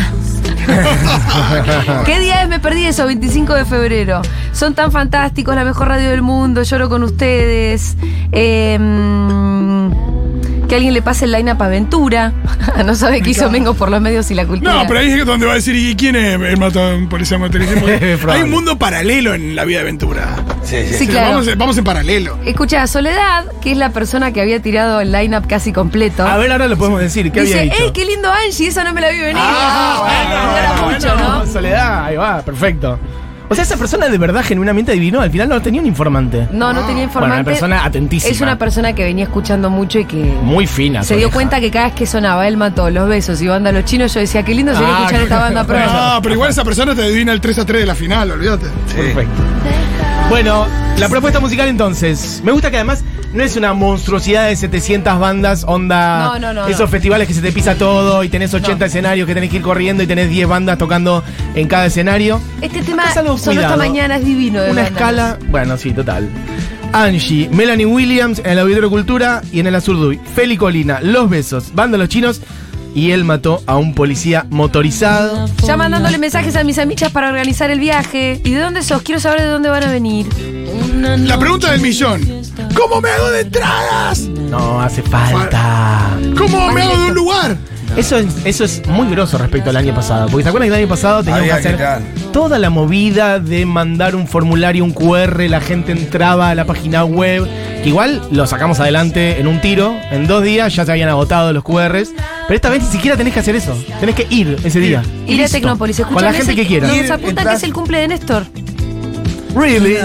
¿Qué día es? Me perdí eso, 25 de febrero. Son tan fantásticos, la mejor radio del mundo, lloro con ustedes. Em, que alguien le pase el line up Aventura. no sabe qué hizo Mengo por los medios y la cultura. No, pero ahí es donde va a decir, ¿y quién es el mató a un policía motorizado? Porque Hay un mundo paralelo en la vida de aventura. Sí, claro. Vamos, en- vamos en paralelo. Escucha, a Soledad, que es la persona que había tirado el lineup casi completo. A ver, ahora lo podemos decir. ¿Qué dice, había dicho? ¡Ey, qué lindo Angie! Esa no me la vi venir. Ah, Me bueno, ignora mucho, bueno, Soledad, ahí va, perfecto. O sea, esa persona de verdad genuinamente adivinó, al final no tenía un informante. ¿no? No, no tenía informante. Bueno, una persona atentísima. Es una persona que venía escuchando mucho y que Muy fina. se dio cuenta que cada vez que sonaba él mató los besos y banda los chinos, yo decía, qué lindo sería Ah, escuchar esta banda pronto. No, pero igual esa persona te adivina el 3 a 3 de la final, olvídate. Perfecto. Bueno, la propuesta musical entonces. Me gusta que además no es una monstruosidad de 700 bandas, onda. No, no, no, Esos no. festivales que se te pisa todo y tenés 80 No. escenarios que tenés que ir corriendo y tenés 10 bandas tocando en cada escenario. Este tema Es algo sonó esta cuidado. mañana, es divino. de Una banda. escala. Bueno, sí, total. Angie, Melanie Williams en el Auditorio Cultura y en el Azurduy. Feli Colina, Los Besos, Banda Los Chinos y él mató a un policía motorizado. Ya mandándole mensajes a mis amichas para organizar el viaje. ¿Y de dónde sos? Quiero saber de dónde van a venir. La pregunta del millón. ¿Cómo me hago de entradas? No hace falta. ¿Cómo me hago de un lugar? Eso es, eso es muy groso respecto al año pasado. Porque se acuerdan que el año pasado teníamos Había que hacer que tal. toda la movida de mandar un formulario, un QR, la gente entraba a la página web, que igual lo sacamos adelante en un tiro, en dos días ya se habían agotado los QRs, pero esta vez ni siquiera tenés que hacer eso, tenés que ir ese día. Ir a Listo. Tecnópolis, escuchar Con la gente que quiera. Nos apuntan que es el cumple de Néstor. Really?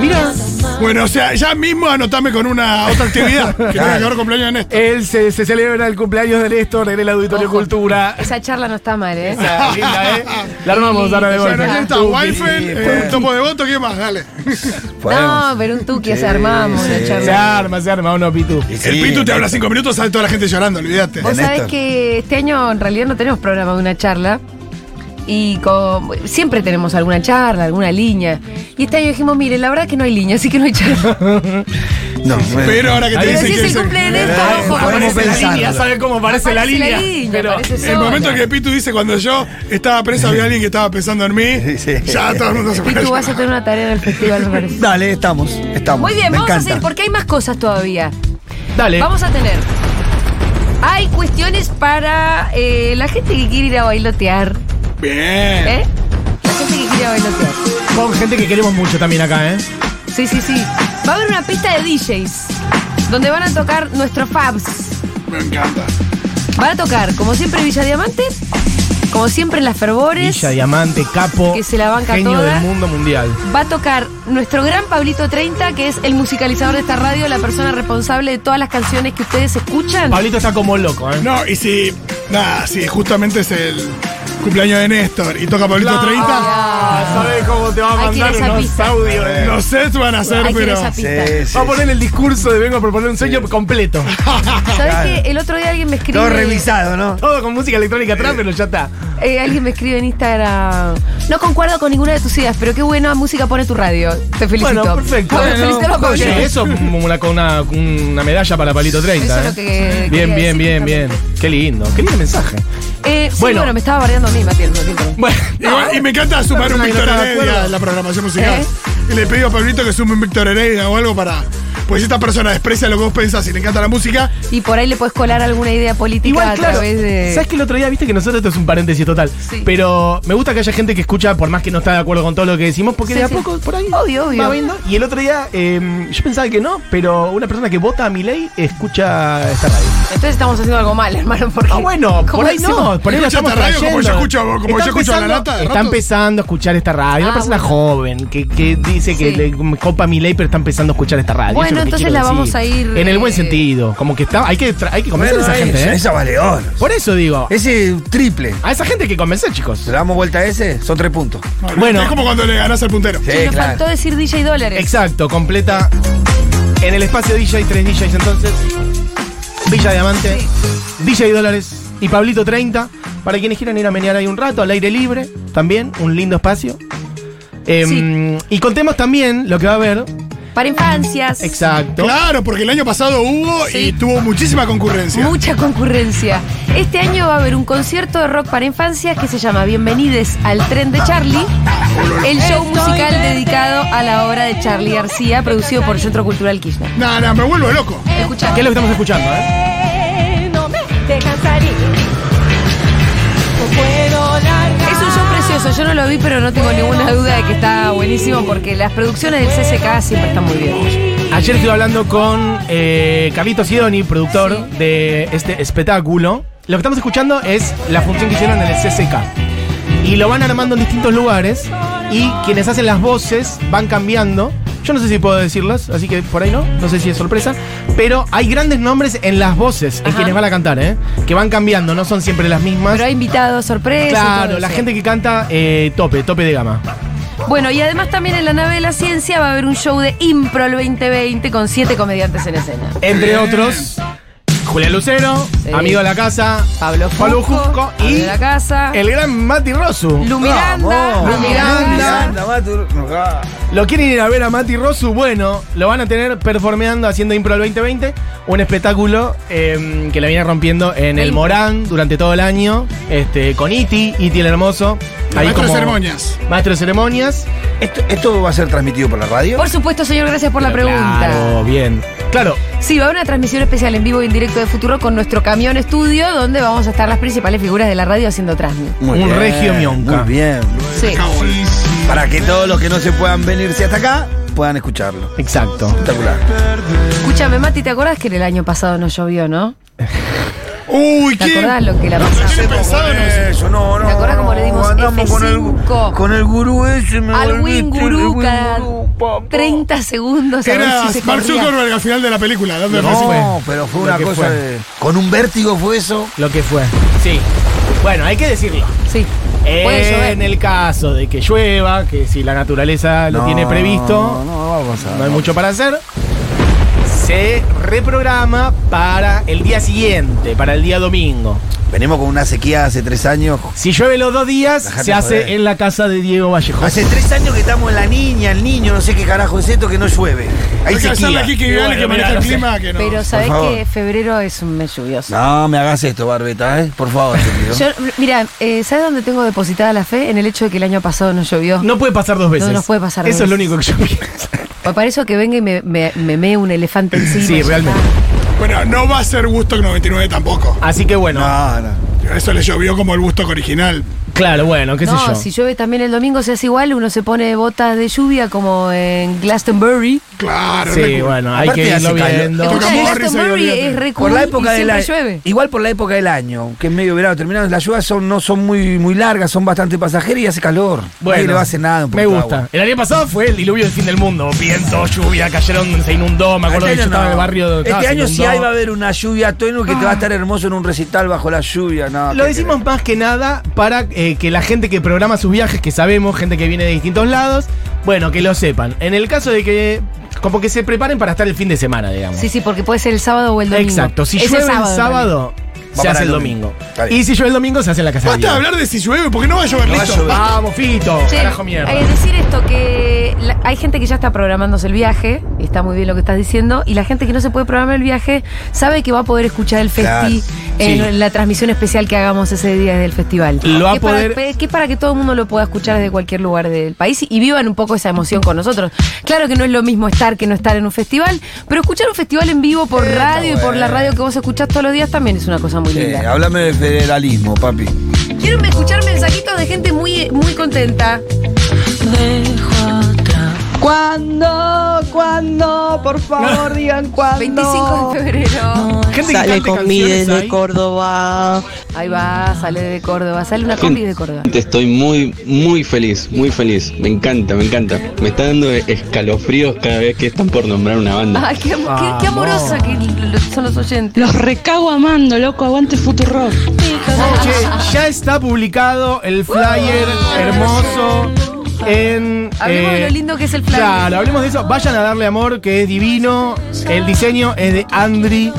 Mira, Bueno, o sea, ya mismo anotame con una otra actividad. que tenga que ver cumpleaños en este. esto. él se, se celebra el cumpleaños de Néstor en el Auditorio Ojo. Cultura. Esa charla no está mal, ¿eh? Esa, linda, ¿eh? La armamos ahora de Ya Bueno, vuelta. aquí está, Wifel, eh, pues. un topo de voto, ¿qué más? Dale. No, pero un tuque se armamos una Se charla. arma, se arma, uno pitu. El Pitu te habla cinco minutos, sale toda la gente llorando, olvídate. Vos sabés Néstor. que este año en realidad no tenemos programa de una charla. Y con- siempre tenemos alguna charla, alguna línea. Y este año dijimos, miren, la verdad que no hay línea, así que no hay charla. No, bueno. Pero ahora que te Pero dicen si que es el es el- cumple de Néstor, ojo, podemos aparece pensar. línea, ¿sabes cómo parece, la Aparece línea? la línea, Pero eh, aparece El sola. momento que Pitu dice cuando yo estaba presa había alguien que estaba pensando en mí, Sí, sí. ya todo el mundo se Y pone a tú vas a llorar. tener una tarea en el festival, me parece. Dale, estamos, estamos. Muy bien, Me vamos a encanta. seguir porque hay más cosas todavía. dale. Vamos a tener. Hay cuestiones para eh, la gente que quiere ir a bailotear. Bien. ¿eh? La gente que quiere ir a bailotear. Con gente que queremos mucho también acá, ¿eh? Sí, sí, sí. Va a haber una pista de DJs donde van a tocar nuestros Fabs. Me encanta. Van a tocar, como siempre, Villa Diamante, como siempre, Las Fervores. Villa, Diamante, Capo. Que se la banca Genio toda. del mundo mundial. Va a tocar nuestro gran Pablito 30, que es el musicalizador de esta radio, la persona responsable de todas las canciones que ustedes escuchan. Pablito está como loco, ¿eh? No, y si, nada, si justamente es el cumpleaños de Néstor y toca Pablito 30, ¿Sabes cómo te va a Hay que ir a mandar esa unos pista. audios? eh? los sets van a ser, Hay que ir a pero. esa Sí, pista. sí, Va a poner el discurso de vengo a proponer un sueño completo. ¿Sabes que el otro día alguien me escribe? Todo revisado, ¿no? Todo con música electrónica atrás, pero ya está. Eh, alguien me escribe en Instagram. No concuerdo con ninguna de tus ideas, pero qué buena música pone tu radio. Te felicito. Ah, pues, Bueno, perfecto. Vamos, Bueno, felicítalo, Pablo. oye, eso es una, con una, una medalla para Pablito 30. Eso es ¿eh? lo que quería bien, bien, decir bien, bien. justamente. Qué lindo. Qué lindo mensaje. Eh, sí, bueno. Bueno. me estaba bardeando a mí, Matías. lo siento. Bueno, Igual- y me encanta sumar un Víctor Heredia en la programación musical. ¿Eh? Y le pido a Pablito que sume un Víctor Heredia o algo para. Pues si esta persona desprecia lo que vos pensás y le encanta la música, Y por ahí le puedes colar alguna idea política a Igual, claro. través de. ¿Sabes que el otro día viste que nosotros esto es un paréntesis total? Sí. Pero me gusta que haya gente que escucha, por más que no está de acuerdo con todo lo que decimos, porque Sí, de a sí. poco por ahí. Obvio, obvio. va viendo. Y el otro día, eh, yo pensaba que no, pero una persona que vota a mi ley escucha esta radio. Entonces estamos haciendo algo mal, hermano. Porque Ah, bueno, ¿Cómo por ahí no. hacemos? Por ahí la Escucha estamos esta radio como trayendo. yo escucho- como yo escucho a empezando- la lata de Está rato. empezando a escuchar esta radio. Ah, una persona joven que, que dice que Sí. le copa mi ley, pero está empezando a escuchar esta radio. Bueno, Eso es lo que entonces quiero la vamos decir. a ir, En el buen eh, sentido. Como que está, hay que, tra- hay que convencer Bueno, a esa gente, esa, ¿eh? esa valeón. Por eso digo. Ese triple. A esa gente hay que convencer, chicos. ¿Le damos vuelta a ese? Son tres puntos. Bueno. es como cuando le ganás al puntero. Sí, Sí, nos Eh, claro. faltó decir DJ dólares. Exacto, completa. En el espacio DJ, tres DJs entonces. Villa Diamante, DJ Dólares y Pablito 30. Para quienes quieran ir a menear ahí un rato, al aire libre, también, un lindo espacio. Em, Y contemos también lo que va a haber. Para infancias. Exacto. Claro, porque el año pasado hubo y tuvo muchísima concurrencia. Mucha concurrencia. Este año va a haber un concierto de rock para infancias que se llama Bienvenides al tren de Charlie, el show musical dedicado a la obra de Charlie García, producido por Centro Cultural Kirchner. Nah, nah, me vuelvo loco. Escucha. ¿Qué es lo que estamos escuchando? eh? Es un show precioso, yo no lo vi, pero no tengo ninguna duda de que está buenísimo porque las producciones del CSK siempre están muy bien. Ayer estuve hablando con eh, Carlito Sidoni, productor de este espectáculo. Lo que estamos escuchando es la función que hicieron en el CCK. Y lo van armando en distintos lugares. Y quienes hacen las voces van cambiando. Yo no sé si puedo decirlas, así que por ahí no. No sé si es sorpresa. Pero hay grandes nombres en las voces, en Ajá. quienes van a cantar, ¿eh? Que van cambiando, no son siempre las mismas. Pero hay invitados, sorpresas. y todo claro, la eso. gente que canta eh, tope, tope de gama. Bueno, y además también en la nave de la ciencia va a haber un show de Impro el 2020 con siete comediantes en escena. Entre otros, Julián Lucero, Sí. amigo de la casa, Pablo Fusco, Pablo Fusco Pablo y de la casa, el gran Mati Rosu. Lu Miranda, Vamos. Lu Miranda. Miranda, Matur. Ah. Lo quieren ir a ver a Mati Rosu, bueno, lo van a tener performeando haciendo Impro al 2020, un espectáculo eh, que la viene rompiendo en el Impro. Morán durante todo el año, este, con Iti, Iti el hermoso. Maestro de ceremonias. Maestro de ceremonias. ¿Esto, esto va a ser transmitido por la radio? Por supuesto, señor, gracias por la pregunta. Claro, bien. Claro, Sí, va a haber una transmisión especial en vivo y en directo de Futuro con nuestro camión estudio, donde vamos a estar las principales figuras de la radio haciendo transmisión. Muy Un bien, regio mionca. Muy bien. Sí. Para que todos los que no se puedan venirse hasta acá puedan escucharlo. Exacto. Espectacular. Escúchame, Mati, ¿te acordás que en el año pasado no llovió, no? Uy, ¿Te ¿qué? acordás lo que la pasamos? Eso, no, no. ¿Te acordás cómo le dimos andamos Con F5? el, con el gurú ese, me Al volviste, Win el Guru Win cada Gurú, Oh. papá. 30 segundos. a ver Era si se Mark corría. Zuckerberg al final de la película. dando el resumen. No, pero fue Lo una que cosa fue. de- Con un vértigo fue eso. Lo que fue. Sí. Bueno, hay que decirlo. Sí. Puede llover. En el caso de que llueva, que si la naturaleza lo No, tiene previsto, No, no va a pasar. no hay mucho para hacer, se reprograma para el día siguiente, para el día domingo. Venimos con una sequía hace tres años. Si llueve los dos días, Dejate se hace joder. en la casa de Diego Vallejo. Hace tres años que estamos en la niña, el niño, no sé qué carajo es esto, que no llueve. Ahí Hay que hacerle aquí sequía. que Viale que maneja el clima. Que no. Pero sabés favor. que febrero es un mes lluvioso. No, me hagas esto, Barbeta, ¿eh? Por favor, te pido. Yo, mira, eh, ¿sabes dónde tengo depositada la fe? En el hecho de que el año pasado no llovió. No puede pasar dos veces. No nos puede pasar Eso dos es lo veces. único que yo pienso. O Para eso que venga y me, me, me mee un elefante encima. Sí, Ya realmente. está. Bueno, no va a ser Woodstock 99 tampoco. Así que bueno. No, no. Eso le llovió como el Woodstock original. Claro, bueno, qué sé No, yo. si llueve también el domingo se hace igual, uno se pone botas de lluvia como en Glastonbury. Claro. Sí, recu- bueno, hay Aparte que hace irlo calor. viendo. Escuchá, Morrissey, Glastonbury olvídate. es re Por cool la y época del siempre año. llueve. Igual por la época del año, que es medio verano terminado, las lluvias son, no son muy, muy largas, son bastante pasajeras y hace calor. Bueno, Nadie le va a hacer nada. un me poquito de gusta. agua. El año pasado fue el diluvio del fin del mundo. Viento, lluvia, cayeron, se inundó. Me acuerdo que Este yo año estaba no. en el barrio donde Este estaba, se año sí inundó. ahí va a haber una lluvia tenue que te va Ah. a estar hermoso en un recital bajo la lluvia. No, Lo ¿qué decimos querés? más que nada para eh, que la gente que programa sus viajes, que sabemos, gente que viene de distintos lados, bueno, que lo sepan. En el caso de que, como que se preparen para estar el fin de semana, digamos. Sí, sí, porque puede ser el sábado o el domingo. Exacto. Si Ese llueve el sábado, se para hace el el domingo. domingo. Está bien. Y si llueve el domingo, se hace en la casa de Basta de Diego. hablar de si llueve, porque no va a llover, No va a listo. Ah, llover. Vamos, Fito. Che, Carajo mierda. eh, decir esto, que la- hay gente que ya está programándose el viaje, y está muy bien lo que estás diciendo, y la gente que no se puede programar el viaje sabe que va a poder escuchar el Claro, festi en sí. la transmisión especial que hagamos ese día del festival. Lo va que a poder- Para, pe- que es para que todo el mundo lo pueda escuchar desde cualquier lugar del país y vivan un poco esa emoción con nosotros. Claro que no es lo mismo estar que no estar en un festival, pero escuchar un festival en vivo Eh, por radio y por la radio que vos escuchás todos los días también es una cosa muy Eh, linda. háblame de federalismo, papi. Quiero escuchar mensajitos de gente muy, muy contenta. ¿Cuándo? ¿Cuándo? Por favor, digan cuándo. 25 de febrero. gente que Sale cante con mi canciones de ahí. Córdoba. Ahí va, sale de Córdoba, sale una combi de Córdoba. Estoy muy, muy feliz, muy feliz. Me encanta, me encanta. Me está dando escalofríos cada vez que están por nombrar una banda. Ay, qué, am- qué- qué amorosa que l- l- son los oyentes. Los recago amando, loco. Aguante Futurock. Che, ya está publicado el flyer hermoso en. Hablemos de eh, lo lindo que es el flyer. Claro, hablemos de eso. Vayan a darle amor, que es divino. El diseño es de Andri,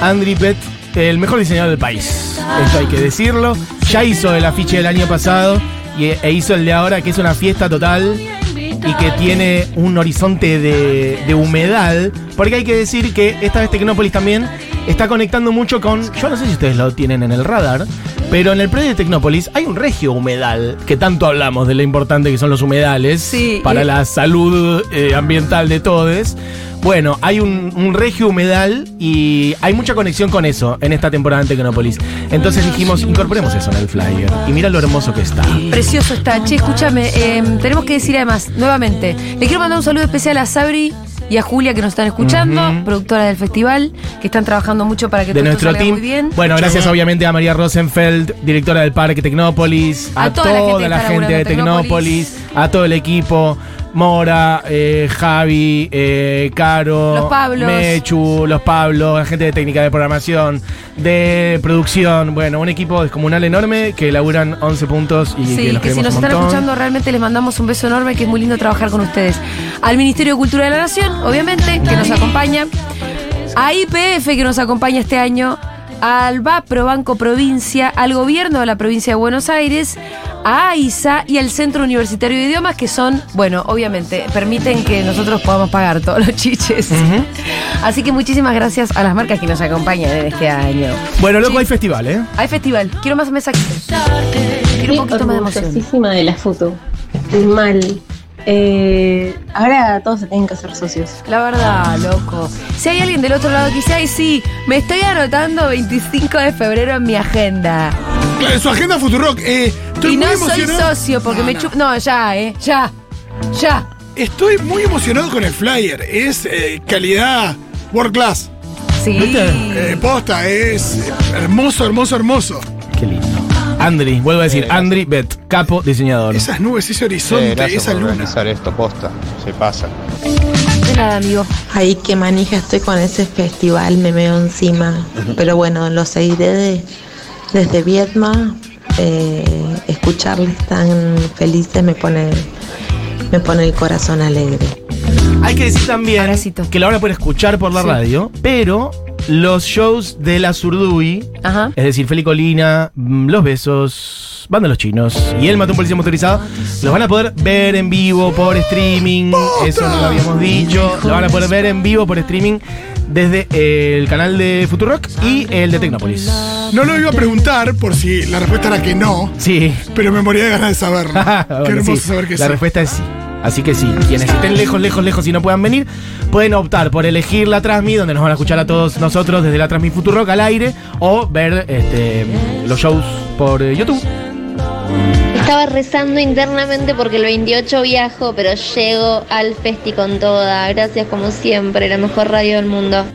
Andri Pet, el mejor diseñador del país. Esto hay que decirlo. Ya hizo el afiche del año pasado y, e hizo el de ahora, que es una fiesta total y que tiene un horizonte de, de humedad. Porque hay que decir que esta vez Tecnópolis también está conectando mucho con. Yo no sé si ustedes lo tienen en el radar, pero en el predio de Tecnópolis hay un regio humedal, que tanto hablamos de lo importante que son los humedales Sí, para y- la salud eh, ambiental de todos. Bueno, hay un, un regio humedal y hay mucha conexión con eso en esta temporada en Tecnópolis. Entonces dijimos, incorporemos eso en el flyer. Y mira lo hermoso que está. Precioso está. Che, escúchame, eh, tenemos que decir además, nuevamente, le quiero mandar un saludo especial a Sabri y a Julia que nos están escuchando, productora del festival, que están trabajando mucho para que de todo esto nuestro salga team. muy bien. Bueno, gracias obviamente a María Rosenfeld, directora del Parque Tecnópolis, a, toda, la que está gente, de laburando en Tecnópolis. Tecnópolis, a todo el equipo. Mora, eh, Javi, eh, Caro, Los Pablos. Mechu, los Pablos, la gente de técnica de programación, de producción. Bueno, un equipo descomunal enorme que laburan 11 puntos y Sí, que los que, si nos queremos un están montón. escuchando realmente les mandamos un beso enorme, que es muy lindo trabajar con ustedes. Al Ministerio de Cultura de la Nación, obviamente, que nos acompaña. A IPF, que nos acompaña este año. Al BAPRO Banco Provincia, al Gobierno de la Provincia de Buenos Aires, a AISA y al Centro Universitario de Idiomas, que son, bueno, obviamente, permiten que nosotros podamos pagar todos los chiches. Así que muchísimas gracias a las marcas que nos acompañan en este año. Bueno, loco, hay festival, ¿eh? Hay festival, quiero más mensajitos. Quiero un poquito más de emoción. Orgullosísima de la foto. Mal. Eh, ahora todos se tienen que hacer socios. La verdad, loco. Si hay alguien del otro lado que dice, ay, sí, me estoy anotando 25 de febrero en mi agenda. Claro, en su agenda Futurock. Eh, estoy y no muy soy emocionado. socio porque No, me no. chup. No, ya, eh. Ya. Ya. Estoy muy emocionado con el flyer. Es eh, calidad world class. Sí. Eh, posta, es eh, hermoso, hermoso, hermoso. Qué lindo. Andri, vuelvo a decir, Andri Bet, capo diseñador. Esas nubes, ese Eh, horizonte, esa luna. esto, posta. Se pasa. De nada, amigo. Ay, qué manija estoy con ese festival, me veo encima. Pero bueno, lo seguiré de- desde Vietnam. Eh, escucharles tan felices me pone, me pone el corazón alegre. Hay que decir también que la van a poder escuchar por la Sí. radio, pero los shows de la Zurdui, Ajá. es decir, Feli Colina, mm, Los Besos, Banda de los Chinos y El Mató a un Policía Motorizado, los van a poder ver en vivo por streaming. Eso no lo habíamos dicho. Lo van a poder ver en vivo por streaming desde eh, el canal de Futurock y el de Tecnópolis. No lo iba a preguntar por si la respuesta era que no, Sí. pero me moría de ganas de saberlo. Bueno, Qué hermoso sí, saber que La sí. respuesta es sí. Así que sí, quienes estén lejos, lejos, lejos y no puedan venir, pueden optar por elegir la Transmi, donde nos van a escuchar a todos nosotros desde la Transmi Futurock al aire, o ver este, los shows por eh, YouTube. Estaba rezando internamente porque el 28 viajo, pero llego al festi con toda. Gracias como siempre, la mejor radio del mundo.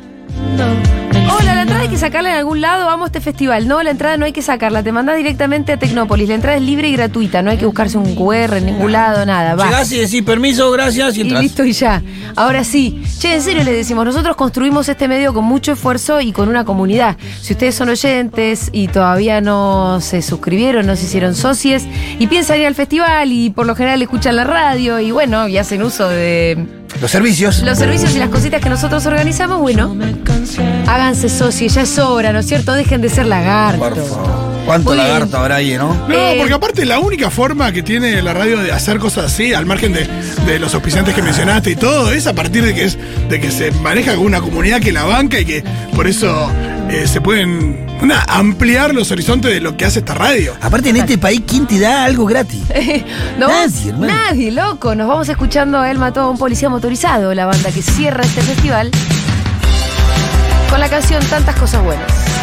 Hola, la entrada hay que sacarla en algún lado, vamos a este festival. No, la entrada no hay que sacarla, te mandás directamente a Tecnópolis. La entrada es libre y gratuita, no hay que buscarse un QR en ningún lado, nada. Va. Llegás y decís permiso, gracias y Y entras. listo y ya. Ahora sí, che, en serio les decimos, nosotros construimos este medio con mucho esfuerzo y con una comunidad. Si ustedes son oyentes y todavía no se suscribieron, no se hicieron socies y piensan ir al festival y por lo general escuchan la radio y bueno, y hacen uso de Los servicios. los servicios y las cositas que nosotros organizamos, bueno, háganse socios, ya es hora, ¿no es cierto? Dejen de ser lagartos. Por favor. ¿Cuánto Muy bien. lagarto habrá ahí, no? No, Eh. porque aparte la única forma que tiene la radio de hacer cosas así, al margen de, de los auspiciantes que mencionaste y todo, es a partir de que es de que se maneja con una comunidad que la banca y que por eso eh, se pueden nada, ampliar los horizontes de lo que hace esta radio. Aparte en este país, ¿quién te da algo gratis? No, Nadie, hermano. nadie, loco. Nos vamos escuchando a Él mató a un policía motorizado, la banda que cierra este festival con la canción Tantas cosas buenas.